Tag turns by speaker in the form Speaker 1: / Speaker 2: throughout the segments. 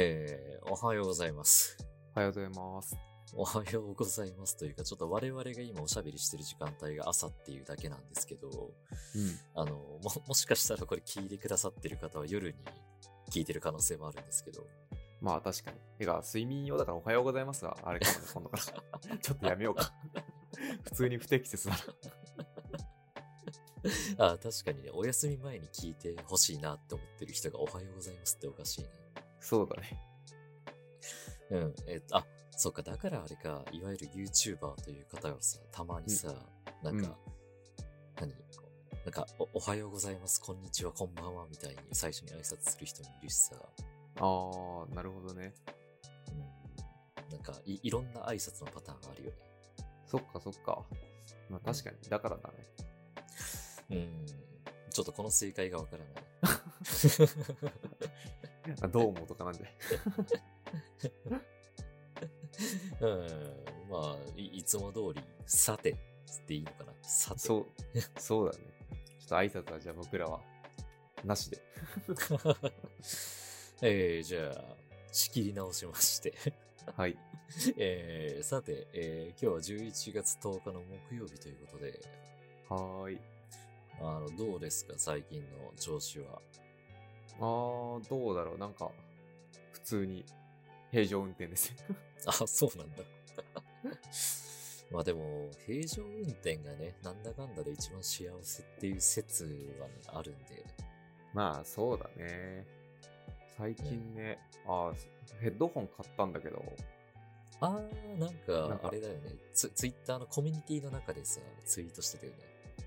Speaker 1: えー、おはようございます。
Speaker 2: おはようございます。
Speaker 1: おはようございますというか、ちょっと我々が今おしゃべりしてる時間帯が朝っていうだけなんですけど、あの、も、もしかしたらこれ聞いてくださってる方は夜に聞いてる可能性もあるんですけど、
Speaker 2: まあ確かに。てか、睡眠用だからおはようございますが、あれかもね、今度から。 ちょっとやめようか。普通に不適切だな。
Speaker 1: あー確かにね、お休み前に聞いてほしいなって思ってる人がおはようございますっておかしい
Speaker 2: そうだね。
Speaker 1: な。うん、えっと、あ、そっか、だからあれか、いわゆる YouTuber という方がさ、たまにさ、なんか、何なんかお、おはようございます、こんにちは、こんばんは、みたいに最初に挨拶する人もいるしさ、
Speaker 2: あー、なるほどね。
Speaker 1: うん、なんかい、いろんな挨拶のパターンがあるよね。
Speaker 2: そっかそっか。まあ確かに、だからだね。
Speaker 1: うん、ちょっとこの正解がわからない。
Speaker 2: あどう思うとかなんじゃ ない。
Speaker 1: うん、まあい、いつも通り、さて、っていいのかな。さて。
Speaker 2: そう、そうだね。ちょっと挨拶はじゃあ僕らは、なしで。
Speaker 1: えー、じゃあ、仕切り直しまして。
Speaker 2: はい。
Speaker 1: えー、さて、えー、今日は11月10日の木曜日ということで、
Speaker 2: はーい。
Speaker 1: あの、どうですか、最近の調子は。
Speaker 2: あー、どうだろう。なんか、普通に、平常運転です。
Speaker 1: あ、そうなんだ。 まあでも、平常運転がね、なんだかんだで一番幸せっていう説はね、あるんで。
Speaker 2: まあそうだね。最近ね、ああ、ヘッドホン買ったんだけど、
Speaker 1: あー、なん
Speaker 2: な
Speaker 1: か
Speaker 2: ん、か
Speaker 1: あれだよねツ。ツイッターのコミュニティの中でさ、ツイートしてたよね。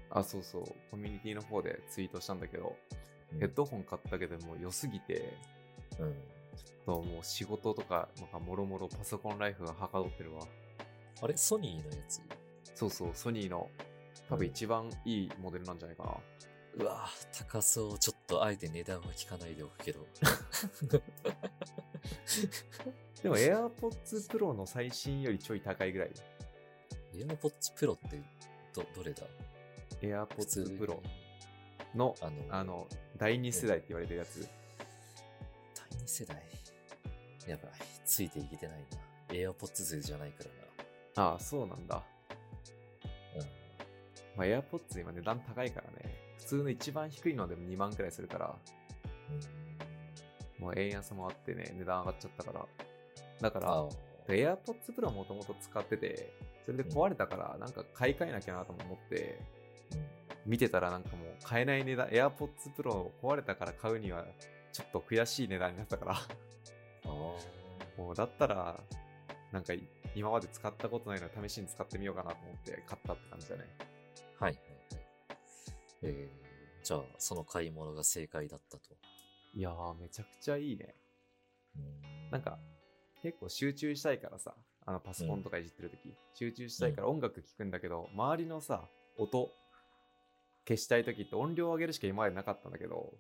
Speaker 2: あ、そうそう、コミュニティの方でツイートしたんだけど、
Speaker 1: うん
Speaker 2: ヘッドホン買ったけどもう良すぎて、
Speaker 1: うん。
Speaker 2: ともう仕事とか、なんかもろもろパソコンライフがはかどってるわ。
Speaker 1: あれ、ソニーのやつ
Speaker 2: そうそう、ソニーの多分一番いいモデルなんじゃないか
Speaker 1: う
Speaker 2: な。
Speaker 1: わー高そう。ちょっとあえて値段は聞かないでおくけど。
Speaker 2: でも AirPods Pro の最新よりちょい高いぐらい。
Speaker 1: AirPods Pro ってど、どれだ
Speaker 2: AirPods Pro の、
Speaker 1: あの、
Speaker 2: あの、第二世代って言われてるやつ。
Speaker 1: 第二世代。やばい。ついていけてないな。AirPods 勢じゃないから
Speaker 2: ああ、そうなんだ。
Speaker 1: な。うん。
Speaker 2: まあ、AirPods 今値段高いからね。普通の一番低いのでも2万くらいするから、もう円安もあってね、値段上がっちゃったから。だから、
Speaker 1: あ
Speaker 2: AirPods Pro もともと使ってて、それで壊れたから、なんか買い替えなきゃなとも思って、見てたらなんかもう買えない値段、AirPods Pro 壊れたから買うには、ちょっと悔しい値段になったから、
Speaker 1: あー。
Speaker 2: もうだったら、なんか今まで使ったことないの試しに使ってみようかなと思って買ったって感じだね。
Speaker 1: はいはいはい。えー、じゃあ、その買い物が正解だったと。
Speaker 2: いやー、めちゃくちゃいいね。なんか、結構集中したいからさ、あのパソコンとかいじってるとき、集中したいから音楽聴くんだけど、周りのさ、音消したいときって音量上げるしか今までなかったんだけど、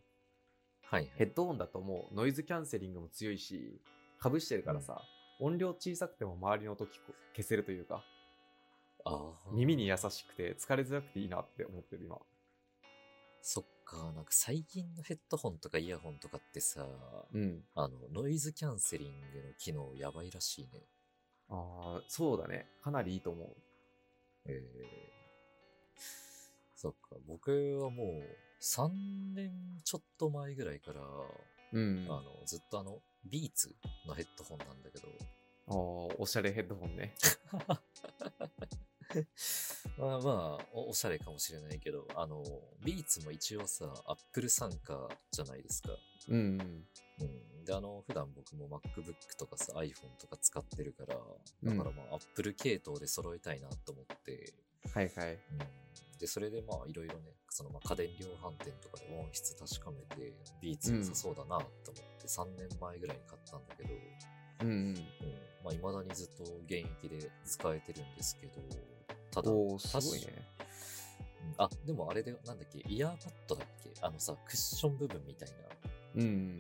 Speaker 1: はいはい。
Speaker 2: ヘッドホンだともうノイズキャンセリングも強いし、被してるからさ、音量小さくても周りの音聞こ消せるというか、
Speaker 1: あー
Speaker 2: 耳に優しくて疲れづらくていいなって思ってる今。
Speaker 1: そっか、なんか最近のヘッドホンとかイヤホンとかってさ、
Speaker 2: うん。
Speaker 1: あの、ノイズキャンセリングの機能やばいらしいね。
Speaker 2: ああ、そうだね。かなりいいと思う。
Speaker 1: えー、そっか、僕はもう3年ちょっと前ぐらいから、
Speaker 2: うん
Speaker 1: あ
Speaker 2: あ
Speaker 1: の、ずっとあの、ビーツのヘッドホンなんだけど、
Speaker 2: あー、おしゃれヘッドホンね。
Speaker 1: まあまあお、おしゃれかもしれないけど、あの、ビーツも一応さ、アップル傘下じゃないですか。
Speaker 2: うんうん。
Speaker 1: うん。で、あの、普段僕も MacBook とかさ、iPhone とか使ってるから、
Speaker 2: う
Speaker 1: だ
Speaker 2: ん
Speaker 1: からまあ、Apple 系統で揃えたいなと思って、
Speaker 2: はいはい。
Speaker 1: うん、で、それでまあ、いろいろね、そのまあ家電量販店とかで音質確かめて、ビーツ良さそうだなと思って、3年前ぐらいに買ったんだけど、
Speaker 2: うんうん。
Speaker 1: うん、まあ、未だにずっと現役で使えてるんですけど、ただ、
Speaker 2: おおすごいね
Speaker 1: 確かうんあ、でもあれで、なんだっけ、イヤーパッドだっけあのさ、クッション部分みたいな。
Speaker 2: うん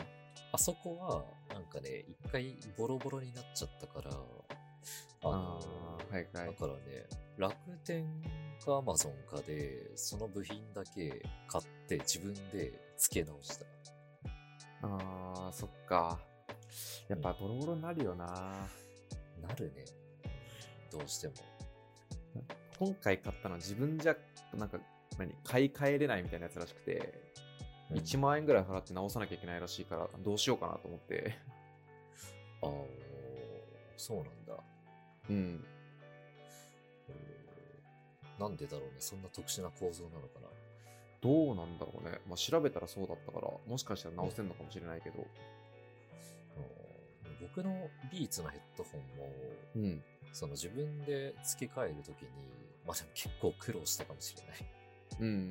Speaker 1: あそこは、なんかね、一回ボロボロになっちゃったから、あ
Speaker 2: うん。
Speaker 1: の
Speaker 2: ああ、はいは
Speaker 1: だ
Speaker 2: い。
Speaker 1: からね、楽天かアマゾンかで、その部品だけ買って自分で付け直した。
Speaker 2: ああ、そっか。やっぱボロボロになるよな、
Speaker 1: なるね。どうしても。
Speaker 2: 今回買ったの自分じゃなんか何買い替えれないみたいなやつらしくて、
Speaker 1: うん
Speaker 2: 1万円ぐらい払って直さなきゃいけないらしいからどうしようかなと思って
Speaker 1: ああ、そうなんだ。
Speaker 2: うん
Speaker 1: うんなんでだろうね。そんな特殊な構造なのかな。
Speaker 2: どうなんだろうね、まあ、調べたらそうだったからもしかしたら直せるのかもしれないけど
Speaker 1: うん僕のビーツのヘッドホンも、
Speaker 2: うん
Speaker 1: その自分で付け替えるときに、まあでも結構苦労したかもしれない。
Speaker 2: うん
Speaker 1: うん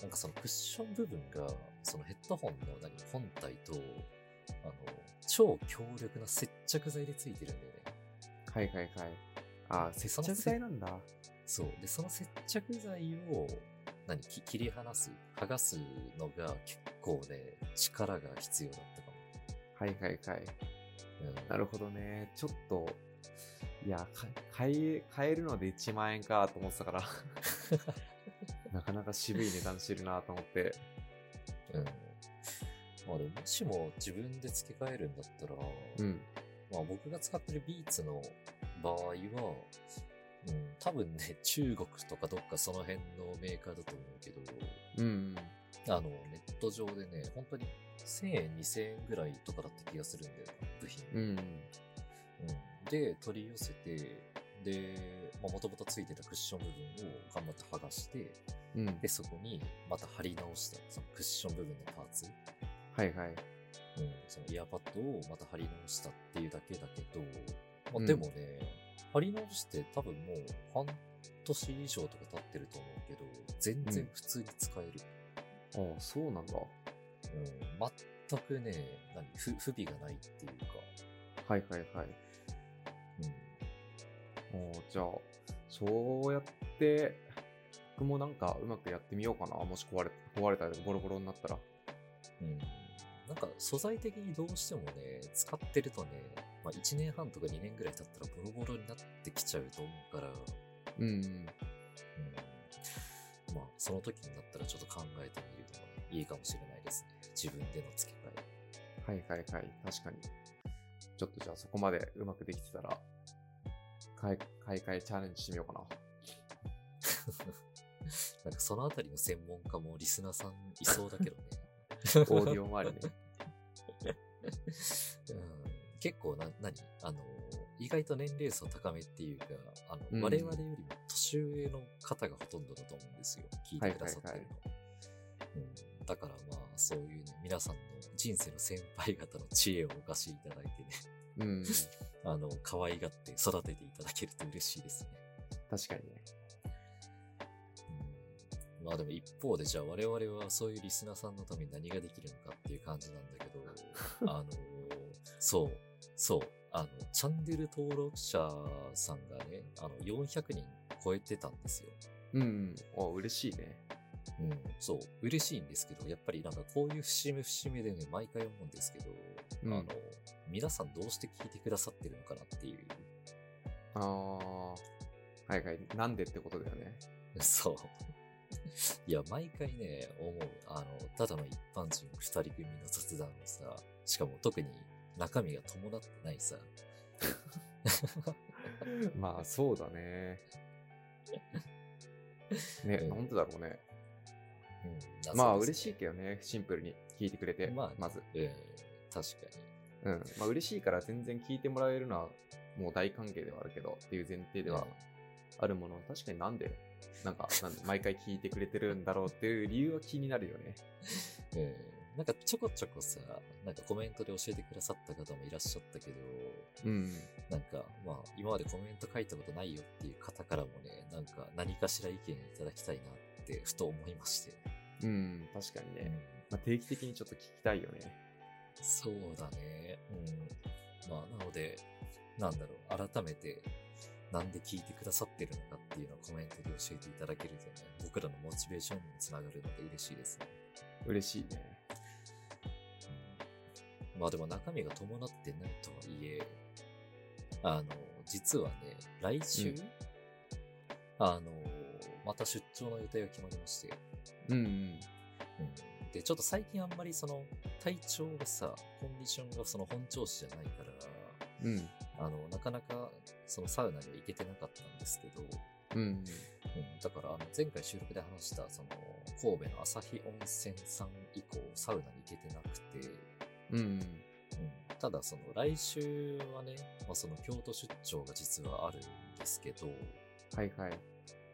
Speaker 1: なんかそのクッション部分が、そのヘッドホンの何本体と、あの、超強力な接着剤で付いてるんだよね。
Speaker 2: はいはいはいああ接着剤なんだ
Speaker 1: そう。で、その接着剤を、何き切り離す、剥がすのが結構ね、力が必要だったかも。
Speaker 2: はいはいはい
Speaker 1: うん、
Speaker 2: なるほどねちょっといやか買え買えるので1万円かと思ってたからなかなか渋い値段してるなと思って
Speaker 1: うん。まあでも、もしも自分で付け替えるんだったら、
Speaker 2: うん
Speaker 1: まあ僕が使ってるビーツの場合は、うん、多分ね、中国とかどっかその辺のメーカーだと思うけど、
Speaker 2: うん
Speaker 1: あの、ネット上でね、本当に1000円、2000円ぐらいとかだった気がするんだよな、部品。
Speaker 2: うん
Speaker 1: うんで、取り寄せて、で、もともとついてたクッション部分を頑張って剥がして、
Speaker 2: うん
Speaker 1: で、そこにまた貼り直した、そのクッション部分のパーツ、
Speaker 2: はいはい
Speaker 1: うん、そのイヤーパッドをまた貼り直したっていうだけだけど、
Speaker 2: う
Speaker 1: ま
Speaker 2: ん
Speaker 1: あ、でもね、貼り直して多分もう半年以上とか経ってると思うけど、全然普通に使える。
Speaker 2: ああそうなんだは
Speaker 1: うん、全くね、何不、不備がないっていうか、
Speaker 2: いはいはい
Speaker 1: うん、
Speaker 2: おーじゃあそうやって僕もなんかうまくやってみようかなもし壊れ壊れたりボロボロになったら
Speaker 1: うんなんか素材的にどうしてもね、使ってるとね、まあ、1年半とか2年ぐらい経ったらボロボロになってきちゃうと思うから、う
Speaker 2: うんうん
Speaker 1: ん、まあその時になったらちょっと考えてみるのも、ね、いいかもしれないですね。自分での付け替え。
Speaker 2: はいはいはい確かにちょっとじゃあそこまでうまくできてたら買い買い替えチャレンジしてみよう か
Speaker 1: なんかそのあたりの専門家もリスナーさんいそうだけど ね。
Speaker 2: なオーディオ周りね
Speaker 1: うん、結構な、何あの、意外と年齢層高めっていうか、あの、
Speaker 2: うん
Speaker 1: 我々よりも年上の方がほとんどだと思うんですよ。聞いてくださってるの。
Speaker 2: はいはい
Speaker 1: うん、だからまあ、そういうね、皆さんの人生の先輩方の知恵をお貸しいただいてね、
Speaker 2: うん
Speaker 1: あの、可愛がって育てていただけると嬉しいですね。
Speaker 2: 確かにね
Speaker 1: うんまあでも一方でじゃあ我々はそういうリスナーさんのために何ができるのかっていう感じなんだけど、あのーそう、そう、あの、チャンネル登録者さんがね、あの、400人超えてたんですよ。
Speaker 2: うんうんお嬉しいね
Speaker 1: うん、そう、嬉しいんですけど、やっぱりなんかこういう節目節目でね、毎回思うんですけど、
Speaker 2: うん
Speaker 1: あの、皆さんどうして聞いてくださってるのかなっていう、
Speaker 2: ああはいはいなんでってことだよ ね
Speaker 1: そう。いや、毎回ね、思う。あの、ただの一般人二人組の雑談をさ、しかも特に中身が伴ってないさ、
Speaker 2: まあそうだねね、
Speaker 1: うん
Speaker 2: なんでだろうね
Speaker 1: うん、
Speaker 2: まあ嬉し
Speaker 1: い。
Speaker 2: いけどね、シンプルに聞いてくれて、
Speaker 1: ま
Speaker 2: ま
Speaker 1: あ
Speaker 2: ず。
Speaker 1: うん、確かに。
Speaker 2: うん。まあ嬉しいから全然聞いてもらえるのはもう大歓迎ではあるけどっていう前提ではあるもの、確かになんで、なんか、なんで毎回聞いてくれてるんだろうっていう理由は気になるよね。
Speaker 1: うん、うんなんかちょこちょこさ、なんかコメントで教えてくださった方もいらっしゃったけど、
Speaker 2: うん。
Speaker 1: なんかまあ今までコメント書いたことないよっていう方からもね、なんか何かしら意見いただきたいなってふと思いまして。
Speaker 2: うん、確かに
Speaker 1: う
Speaker 2: ね。
Speaker 1: ん
Speaker 2: まあ、定期的にちょっと聞きたいよね。
Speaker 1: そうだね。うん。まあ、なので、なんだろう、改めて、なんで聞いてくださってるのかっていうのをコメントで教えていただけるとね、僕らのモチベーションにもつながるので嬉しいですね。
Speaker 2: 嬉しいね。
Speaker 1: うん、まあでも中身が伴ってないとはいえ、あの、実はね、来週、
Speaker 2: うん
Speaker 1: あの、また出張の予定が決まりまして、
Speaker 2: うん、
Speaker 1: うんで、ちょっと最近あんまりその体調がさ、コンディションがその本調子じゃないから、
Speaker 2: うん。
Speaker 1: あの、なかなかそのサウナには行けてなかったんですけど、
Speaker 2: うん。
Speaker 1: うん、だからあの前回収録で話したその神戸の朝日温泉さん以降サウナに行けてなくて、
Speaker 2: うん。
Speaker 1: うん、ただその来週はね、まあ、その京都出張が実はあるんですけど、
Speaker 2: はいはい。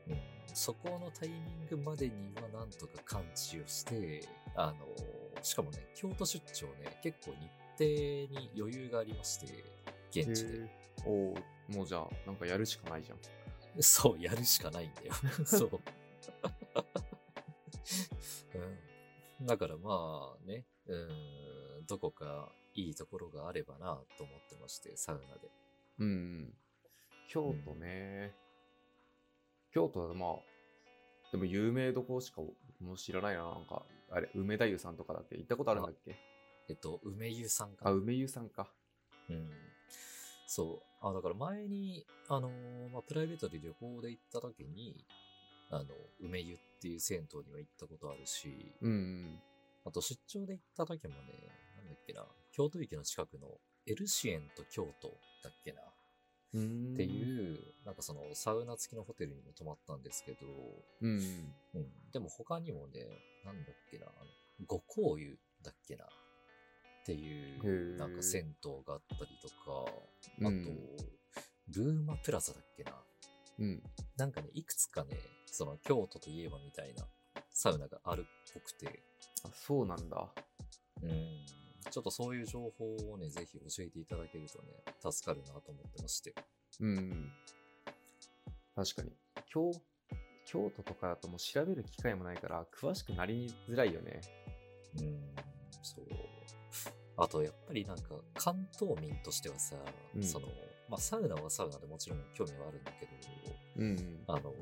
Speaker 1: うん、そこのタイミングまでにはなんとか完治をして、あの、しかもね、京都出張ね、結構日程に余裕がありまして、現地で。
Speaker 2: おお、もうじゃあ、なんかやるしかないじゃん。
Speaker 1: そう、やるしかないんだよ。そう。うん、だからまあね、うん、どこかいいところがあればなと思ってまして、サウナで。
Speaker 2: うんうん。京都ね。京都はまあ、でも有名どころしか僕もう知らないな。なんか、あれ、梅太夫さんとかだっけ行ったことあるんだっけ
Speaker 1: えっと、梅湯さんかな
Speaker 2: あ梅湯さんか。
Speaker 1: うん。そう。あ、だから前に、あのーまあ、プライベートで旅行で行った時に、あの、梅湯っていう銭湯には行ったことあるし、
Speaker 2: うん
Speaker 1: あと出張で行った時もね、なんだっけな、京都駅の近くのエルシエンと京都だっけな、
Speaker 2: うん。うん
Speaker 1: っていう、なんかそのサウナ付きのホテルにも泊まったんですけど、
Speaker 2: うんうん。
Speaker 1: うん。でも他にもね、なんだっけな、あの五香湯だっけな、ってい
Speaker 2: へ
Speaker 1: う、
Speaker 2: ー
Speaker 1: なんか銭湯があったりとか、
Speaker 2: うん
Speaker 1: あと、ルーマプラザだっけな。
Speaker 2: うん。
Speaker 1: なんかね、いくつかね、その京都といえばみたいなサウナがあるっぽくて、
Speaker 2: あ、そうなんだ。
Speaker 1: うん、ちょっとそういう情報をね、ぜひ教えていただけるとね、助かるなと思ってまして。
Speaker 2: うんうん。確かに。京、京都とかだともう調べる機会もないから、詳しくなりづらいよね。
Speaker 1: うん、そう。あと、やっぱりなんか、関東民としてはさ、
Speaker 2: うん
Speaker 1: その、まあ、サウナはサウナでもちろん興味はあるんだけど、
Speaker 2: うんうん。
Speaker 1: あの、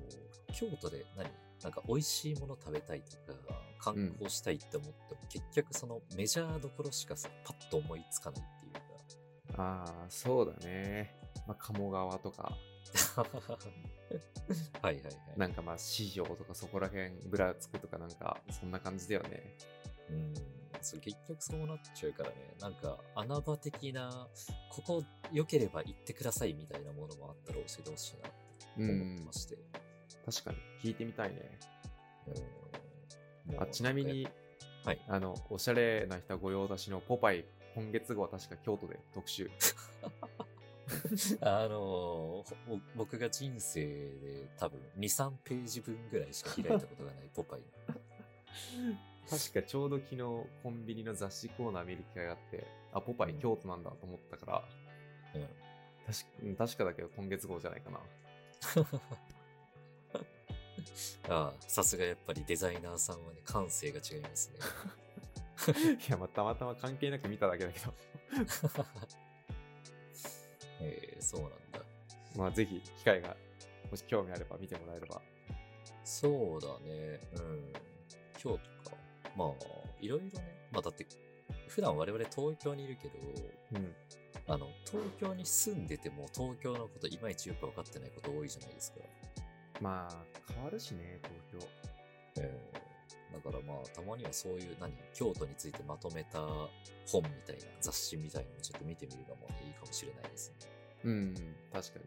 Speaker 1: 京都で何なんか美味しいもの食べたいとか、観光したいって思っても、結局そのメジャーどころしかさ、パッと思いつかないっていう
Speaker 2: ああ、そうだね。まあ、鴨川とか、
Speaker 1: か。はいはいはい。
Speaker 2: なんかまあ、市場とかそこら辺、ぶらつくとかなんか、そんな感じだよね。
Speaker 1: うん。そう結局そうなっちゃうからね、なんか穴場的な、ここ良ければ行ってくださいみたいなものもあったら教えてほしいな
Speaker 2: う
Speaker 1: と思っ
Speaker 2: ん
Speaker 1: てま。して。
Speaker 2: 確かに、聞いてみたいね。
Speaker 1: うん
Speaker 2: あ、ちなみ、に、
Speaker 1: はい
Speaker 2: あの、おしゃれな人御用達のポパイ、今月号は確か京都で特集。
Speaker 1: あのーほ僕が人生で多分2、3ページ分ぐらいしか開いたことがない ポパイの。
Speaker 2: 確かちょうど昨日コンビニの雑誌コーナー見る機会があって、あ、ポパイ京都なんだと思ったから、
Speaker 1: うん
Speaker 2: 確かうん確かだけど今月号じゃない かな。
Speaker 1: ああ、さすがやっぱりデザイナーさんはね、感性が違いますね。
Speaker 2: いや、まあたまたま関係なく見ただけだけど、
Speaker 1: えー、そうなんだ。
Speaker 2: まあぜひ機会が、もし興味あれば見てもらえれば。
Speaker 1: そうだね。うん。京都か。まあ、いろいろね。まあだって、普段我々東京にいるけど、
Speaker 2: うん。
Speaker 1: あの、東京に住んでても東京のこといまいちよく分かってないこと多いじゃないですか。
Speaker 2: まあ、変わるしね、東
Speaker 1: えーだからまあ、たまにはそういう、何、京都についてまとめた本みたいな、雑誌みたいなのをちょっと見てみるのもね、いいかもしれないですね。
Speaker 2: 京。うん、確かに。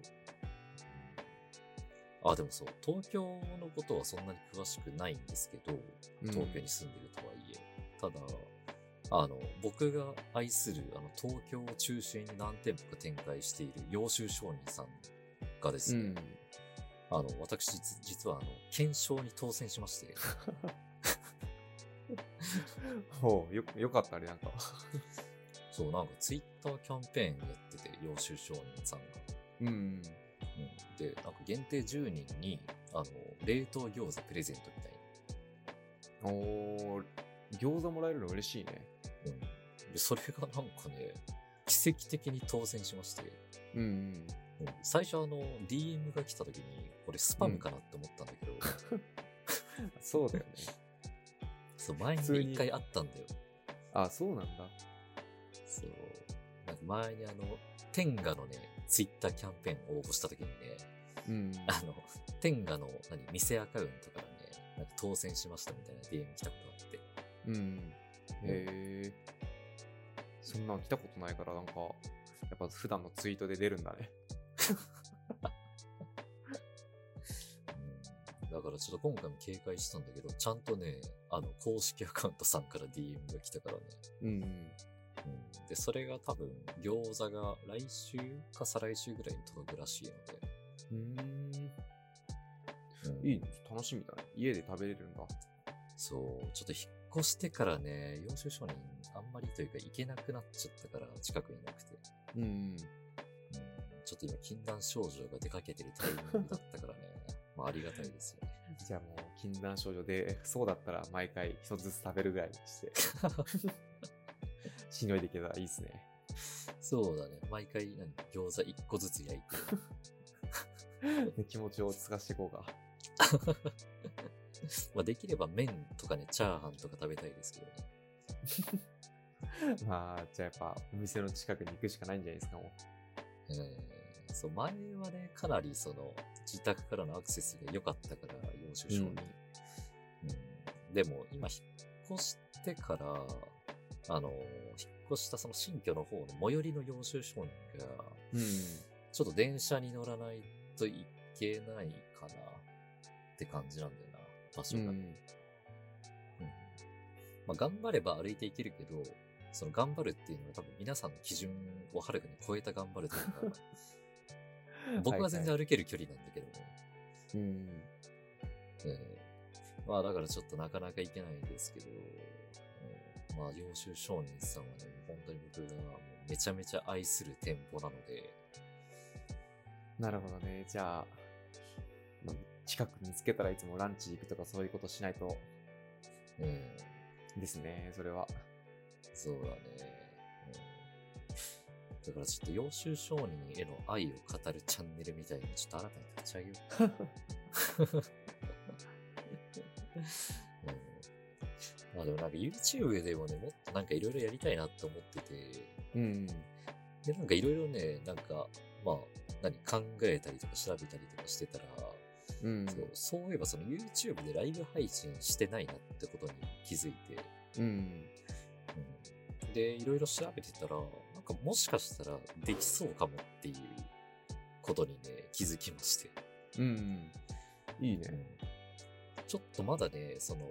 Speaker 1: あ、でもそう、東京のことはそんなに詳しくないんですけど、
Speaker 2: うん
Speaker 1: 東京に住んでるとはいえ。ただ、あの、僕が愛する、あの、東京を中心に何店舗か展開している洋州商人さんがですね、
Speaker 2: うん。
Speaker 1: あの、私、実実は、あの、検証に当選しまして、
Speaker 2: ほう、よ、よかったね、なんか。
Speaker 1: そう、なんかツイッターキャンペーンやってて、領収商人さんが。
Speaker 2: うん。
Speaker 1: うん、で、なんか限定10人に、あの、冷凍餃子プレゼントみたい
Speaker 2: おー、餃子もらえるの嬉しいね。
Speaker 1: な。うん。で、それがなんかね、奇跡的に当選しまして、
Speaker 2: うん、うん。
Speaker 1: うん、最初あの、DM が来た時に、これスパムかなって思ったんだけど、
Speaker 2: そうだよね。
Speaker 1: そう、前に
Speaker 2: 普通に
Speaker 1: 一回あったんだよ。
Speaker 2: あ、そうなんだ。
Speaker 1: そう。なんか前にあの、天下のね、ツイッターキャンペーン応募した時にね、
Speaker 2: うん。
Speaker 1: あの、天下の、何、店アカウントからね、なんか当選しましたみたいな DM 来たことがあって、
Speaker 2: うん。へえ。そんなん来たことないから、なんか、やっぱ普段のツイートで出るんだね。
Speaker 1: うんだからちょっと今回も警戒したんだけど、ちゃんとね、あの、公式アカウントさんから DM が来たからね。
Speaker 2: うん。
Speaker 1: うん、で、それが多分、餃子が来週か再来週ぐらいに届くらしいの
Speaker 2: うん。
Speaker 1: で。うん
Speaker 2: いいね。楽しみだね。家で食べれるんだ。
Speaker 1: そう、ちょっと引っ越してからね、領収書にあんまりというか行けなくなっちゃったから、近くになくて。
Speaker 2: うん。
Speaker 1: うん、ちょっと今、禁断症状が出かけてるタイミングだったからね。 まあ、ありがたいですよね。
Speaker 2: じゃあもう、禁断症状で、 そうだったら毎回一つずつ食べるぐらいにして。 しのいでいけたらいいですね。
Speaker 1: そうだね。毎回何、餃子1個ずつ焼いて。
Speaker 2: 気持ちを落ち着かしていこうか。
Speaker 1: まあ、できれば麺とかね、チャーハンとか食べたいですけどね。
Speaker 2: まあ、じゃあやっぱ、お店の近くに行くしかないんじゃないですか、も
Speaker 1: うん、そう、前はね、かなりその、自宅からのアクセスが良かったから、領収書に、
Speaker 2: う
Speaker 1: うんんでも、今、引っ越してから、あの、引っ越したその新居の方の最寄りの領収書が、
Speaker 2: う。うん。
Speaker 1: ちょっと電車に乗らないといけないかな、って感じなんだよな、場所
Speaker 2: う
Speaker 1: が。
Speaker 2: ん。
Speaker 1: うんまあ、頑張れば歩いていけるけど、その頑張るっていうのは多分皆さんの基準をはるかに超えた頑張るというか、僕は全然歩ける距離なんだけどね。
Speaker 2: うん。
Speaker 1: えーまあだからちょっとなかなか行けないですけど、うんまあ領収商人さんはね、本当に僕がもうめちゃめちゃ愛する店舗なので、
Speaker 2: なるほどね。じゃあ、近く見つけたらいつもランチ行くとかそういうことしないと
Speaker 1: うん、
Speaker 2: ですね、それは。
Speaker 1: そうだね。うんだからちょっと領収商人への愛を語るチャンネルみたいにちょっと新たに立ち上げようかな。 うん、まあでもなんか YouTube でもね、もっとなんかいろいろやりたいなって思ってて、
Speaker 2: うん。
Speaker 1: で、なんかいろいろね、なんか、まあ、何、考えたりとか調べたりとかしてたら、
Speaker 2: うん。
Speaker 1: そうそういえばその YouTube でライブ配信してないなってことに気づいて、
Speaker 2: うん。
Speaker 1: うんで、いろいろ調べてたら、なんかもしかしたらできそうかもっていうことにね、気づきまして。
Speaker 2: うん。いい
Speaker 1: うん
Speaker 2: ね。
Speaker 1: ちょっとまだね、その、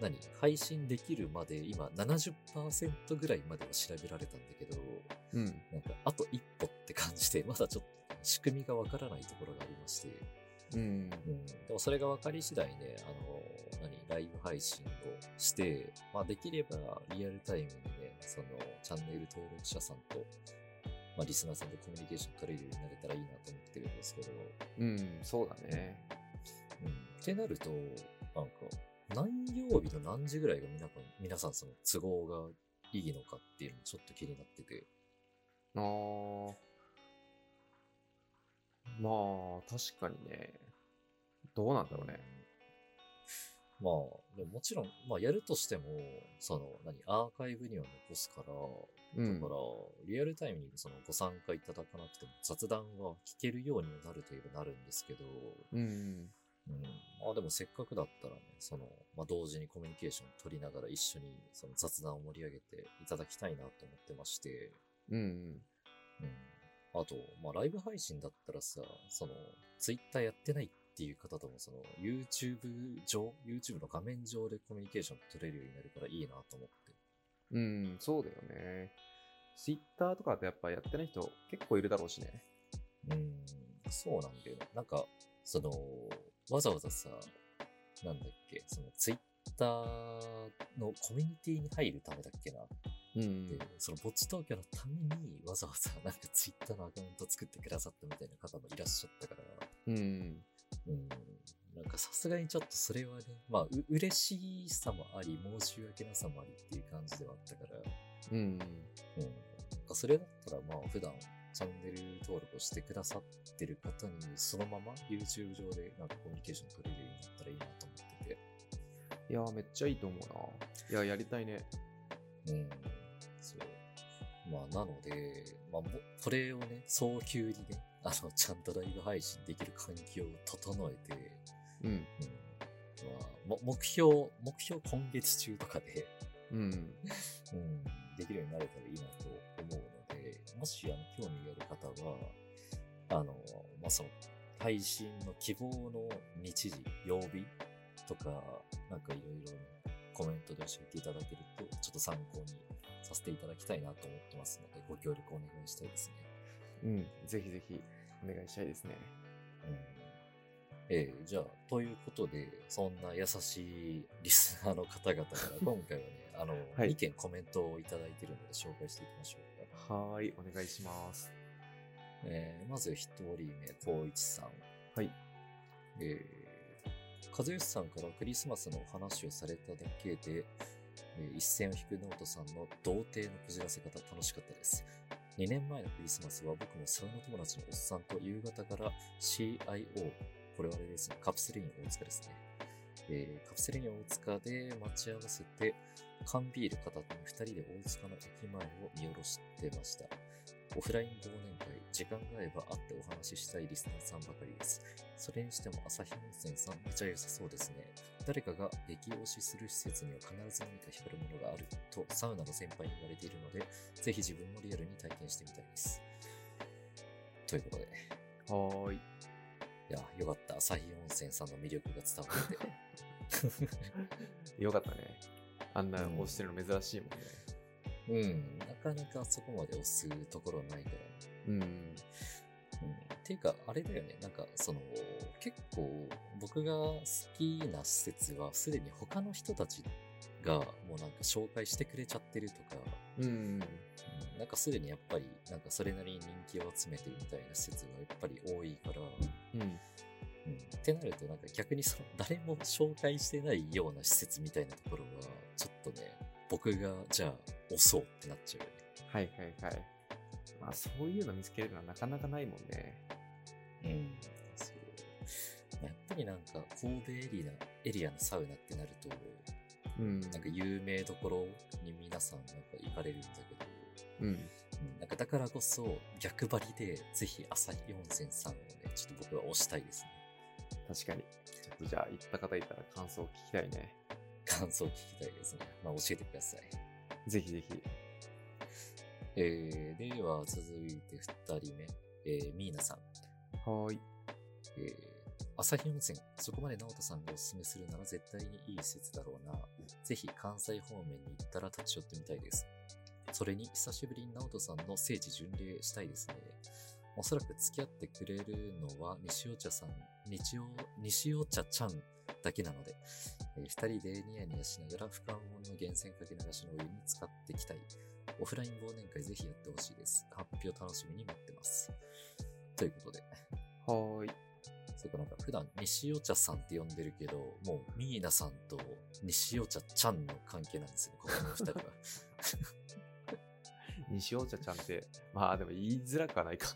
Speaker 1: 何配信できるまで今70%ぐらいまでは調べられたんだけど、
Speaker 2: うん。
Speaker 1: なんかあと一歩って感じで、まだちょっと仕組みがわからないところがありまして、
Speaker 2: うん。
Speaker 1: うん、でもそれが分かり次第ね、あの、何、ライブ配信をして、まあできればリアルタイムにね、そのチャンネル登録者さんと、まあリスナーさんとコミュニケーション取れるようになれたらいいなと思ってるんですけど、
Speaker 2: うん。そうだね。
Speaker 1: うん、ってなると、なんか、何曜日の何時ぐらいが皆さん、皆さんその都合がいいのかっていうのもちょっと気になってて、
Speaker 2: あーまあ、確かにね。どうなんだろうね。
Speaker 1: まあ、でももちろん、まあやるとしても、その、何、アーカイブには残すから、
Speaker 2: う
Speaker 1: だから、リアルタイムにそのご参加いただかなくても雑談は聞けるようにはなるといえばなるんですけど、
Speaker 2: うん。
Speaker 1: うん。まあでもせっかくだったらね、その、まあ同時にコミュニケーション取りながら一緒にその雑談を盛り上げていただきたいなと思ってまして、
Speaker 2: うん。
Speaker 1: うん。あと、まあライブ配信だったらさ、その、ツイッターやってないっていう方ともその YouTube 上、YouTube の画面上でコミュニケーション取れるようになるからいいなと思って。
Speaker 2: うん。そうだよね。Twitter とかだとやっぱやってない人結構いるだろうしね。
Speaker 1: うーん、そうなんだよな。なんか、その、わざわざさ、なんだっけ、そのツイッターのコミュニティに入るためだっけな。
Speaker 2: うん
Speaker 1: で、そのぼっち東京のためにわざわざなんかツイッターのアカウント作ってくださったみたいな方もいらっしゃったから、
Speaker 2: うん。
Speaker 1: うん、なんかさすがにちょっとそれはね、まあ、う嬉しさもあり、申し訳なさもありっていう感じではあったから、
Speaker 2: うん。
Speaker 1: うん、なんかそれだったらまあ普段チャンネル登録をしてくださってる方にそのまま YouTube 上でなんかコミュニケーション取れるようになったらいいなと思ってて、
Speaker 2: いやー、めっちゃいいと思うな。いや、やりたいね。
Speaker 1: うん、そう。まあなので、まあもこれをね、早急にね、あの、ちゃんとライブ配信できる環境を整えて、
Speaker 2: うん。
Speaker 1: うん、まあ、も目標、目標今月中とかで、
Speaker 2: うん。
Speaker 1: うん、できるようになれたらいいなと思うので、もしあの興味がある方は、あの、まあ、その、配信の希望の日時、曜日とか、なんかいろいろコメントで教えていただけると、ちょっと参考にさせていただきたいなと思ってますので、ご協力お願いしたいですね。
Speaker 2: うん。ぜひぜひ、お願いしたいですね。
Speaker 1: うんえーじゃあ、ということで、そんな優しいリスナーの方々から、今回はね、あの、
Speaker 2: はい
Speaker 1: 意見、コメントをいただいてるので紹介していきましょうか。
Speaker 2: はーい。お願いします。
Speaker 1: えーまず一人目、光一さん。
Speaker 2: はい。
Speaker 1: えー、和義さんからクリスマスのお話をされただけで、えー一線を引くノートさんの童貞のこじらせ方楽しかったです。2年前のクリスマスは僕もサウナ友達のおっさんと夕方から CIO、これはあれですね、カプセルイン大塚ですね。えーカプセルイン大塚で待ち合わせて、缶ビール片手に2人で大塚の駅前を見下ろしてました。オフライン忘年会、時間があれば会ってお話ししたいリスナーさんばかりです。それにしても朝日温泉さんめちゃ良さそうですね。誰かが激推しする施設には必ず何か光るものがあるとサウナの先輩に言われているので、ぜひ自分もリアルに体験してみたいです。ということで、い
Speaker 2: はーい。
Speaker 1: や、よかった。朝日温泉さんの魅力が伝わってて。
Speaker 2: よかったね。あんな押してるの珍しいもんね。
Speaker 1: うん、なかなかそこまで押すところないから、
Speaker 2: うん。
Speaker 1: うんていうか、あれだよね。なんか、その、結構、僕が好きな施設は、すでに他の人たちが、もうなんか紹介してくれちゃってるとか、
Speaker 2: うん。
Speaker 1: うんなんかすでにやっぱり、なんかそれなりに人気を集めてるみたいな施設がやっぱり多いから、
Speaker 2: うん。
Speaker 1: うん、ってなると、なんか逆にその、 誰も紹介してないような施設みたいなところは、ちょっとね、僕が、じゃあ、押そうってなっちゃうよね。
Speaker 2: はいはいはい。まあ、そういうの見つけるのはなかなかないもんね。
Speaker 1: うん、そう。やっぱりなんか、神戸エリアエリアのサウナってなると、
Speaker 2: うん。
Speaker 1: なんか有名どころに皆さんなんか行かれるんだけど、
Speaker 2: うん。
Speaker 1: うんなんかだからこそ逆張りで、ぜひ朝日温泉さんをね、ちょっと僕は推したいですね。
Speaker 2: 確かに。ちょっとじゃあ、行った方いたら感想を聞きたいね。
Speaker 1: 感想を聞きたいですね。まあ教えてください。
Speaker 2: ぜひぜひ。
Speaker 1: えー、では続いて2人目、えー、ミーナさん。
Speaker 2: はーい。
Speaker 1: えー朝日温泉、そこまで直人さんがおすすめするなら絶対にいい施設だろうな。ぜひ関西方面に行ったら立ち寄ってみたいです。それに久しぶりに直人さんの聖地巡礼したいですね。おそらく付き合ってくれるのは西尾茶さん、日曜西尾茶ちゃんだけなので、えー二人でニヤニヤしながら俯瞰門の源泉かけ流しのお湯に使ってきたい。オフライン忘年会ぜひやってほしいです。発表楽しみに待ってます。ということで。
Speaker 2: はーい。
Speaker 1: そうか、なんか普段西尾茶さんって呼んでるけど、もうミーナさんと西尾茶ちゃんの関係なんですよね、この二 人は。
Speaker 2: 西尾茶ちゃんって、まあでも言いづらくはないか。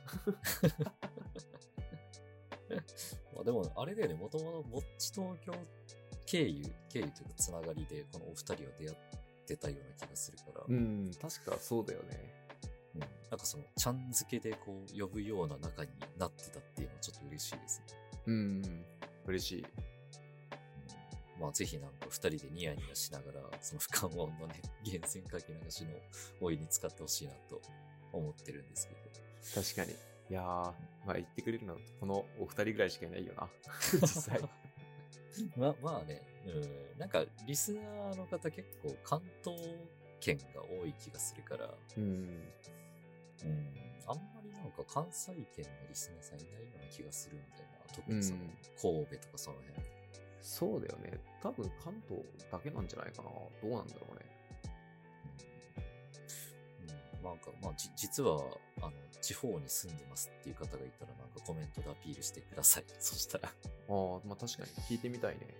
Speaker 1: まあでも、あれだよね、もともとぼっち東京経由、経由というかつながりで、このお二人は出会ってたような気がするから、うん
Speaker 2: ん、確かそうだよね。
Speaker 1: なんかその、ちゃん付けでこう呼ぶような仲になってたっていうのはちょっと嬉しいですね。
Speaker 2: うん。嬉し
Speaker 1: う
Speaker 2: い。
Speaker 1: んまあ、ぜひなんか二人でニヤニヤしながら、その不感音のね、源泉かけ流しのお湯に使ってほしいなと思ってるんですけど。
Speaker 2: 確かに。いやー、まあ言ってくれるのはこのお二人ぐらいしかいない よな。実際。
Speaker 1: ままあね、うん、なんかリスナーの方結構関東圏が多い気がするから、
Speaker 2: うん。
Speaker 1: うん、あんまりなんか関西圏のリスナーさんいないような気がするんだよな。特
Speaker 2: う
Speaker 1: に
Speaker 2: ん
Speaker 1: その、神戸とかその辺。
Speaker 2: そうだよね。多分関東だけなんじゃないかな。どうなんだろうね。
Speaker 1: うん、なんか、まあ、じ実は、あの、地方に住んでますっていう方がいたら、なんかコメントでアピールしてください。そしたら、
Speaker 2: ああ、まあ確かに聞いてみたいね。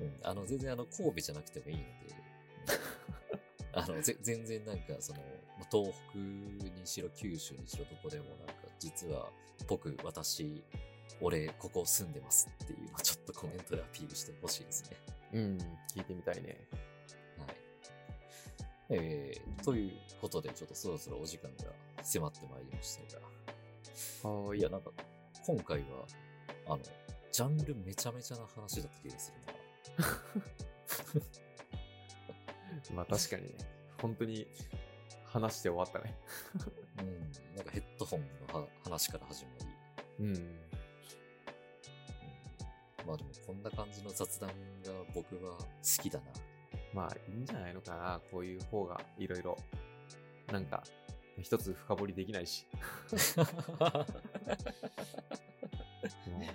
Speaker 1: うん、あの、全然あの、神戸じゃなくてもいいので、うんあの、ぜ全然なんか、その、まあ東北にしろ、九州にしろ、どこでもなんか、実は、僕、私、俺、ここ住んでますっていうのをちょっとコメントでアピールしてほしいですね。
Speaker 2: うん、聞いてみたいね。
Speaker 1: はい。えー、ということで、ちょっとそろそろお時間が迫ってまいりましたが、
Speaker 2: はー
Speaker 1: い
Speaker 2: い
Speaker 1: や、。なんか、今回は、あの、ジャンルめちゃめちゃな話だった気がするな。
Speaker 2: まあ確かにね、本当に話して終わったね。
Speaker 1: うん。なんかヘッドホンのは話から始まり、
Speaker 2: うん。
Speaker 1: うんまあでもこんな感じの雑談が僕は好きだな。
Speaker 2: まあいいんじゃないのかな、こういう方がいろいろ。なんか、一つ深掘りできないし、もう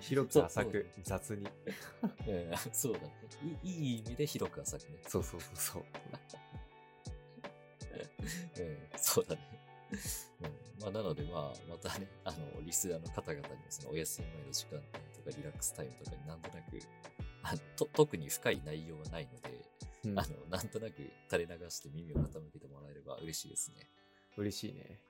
Speaker 2: 広く浅
Speaker 1: そう
Speaker 2: く雑に。
Speaker 1: うんそうだねい。いい意味で広く浅くね。
Speaker 2: そうそうそうそう。
Speaker 1: うん、そうだね。うん、まあなのでまあ、またね、あの、リスナーの方々にもそのお休み前の時間帯とかリラックスタイムとかになんとなく、あのと特に深い内容はないので、
Speaker 2: うん
Speaker 1: あの、なんとなく垂れ流して耳を傾けてもらえれば嬉しいですね。
Speaker 2: 嬉しいね。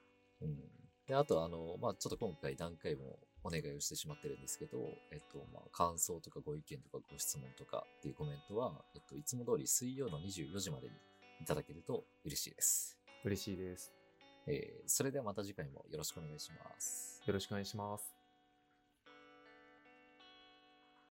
Speaker 1: うん。で、あと、あの、まあ、ちょっと今回何回もお願いをしてしまってるんですけど、えっと、まあ、感想とかご意見とかご質問とかっていうコメントは、えっと、いつも通り水曜の24時までにいただけると嬉しいです。
Speaker 2: 嬉しいです。
Speaker 1: えーそれではまた次回もよろしくお願いします。
Speaker 2: よろしくお願いします。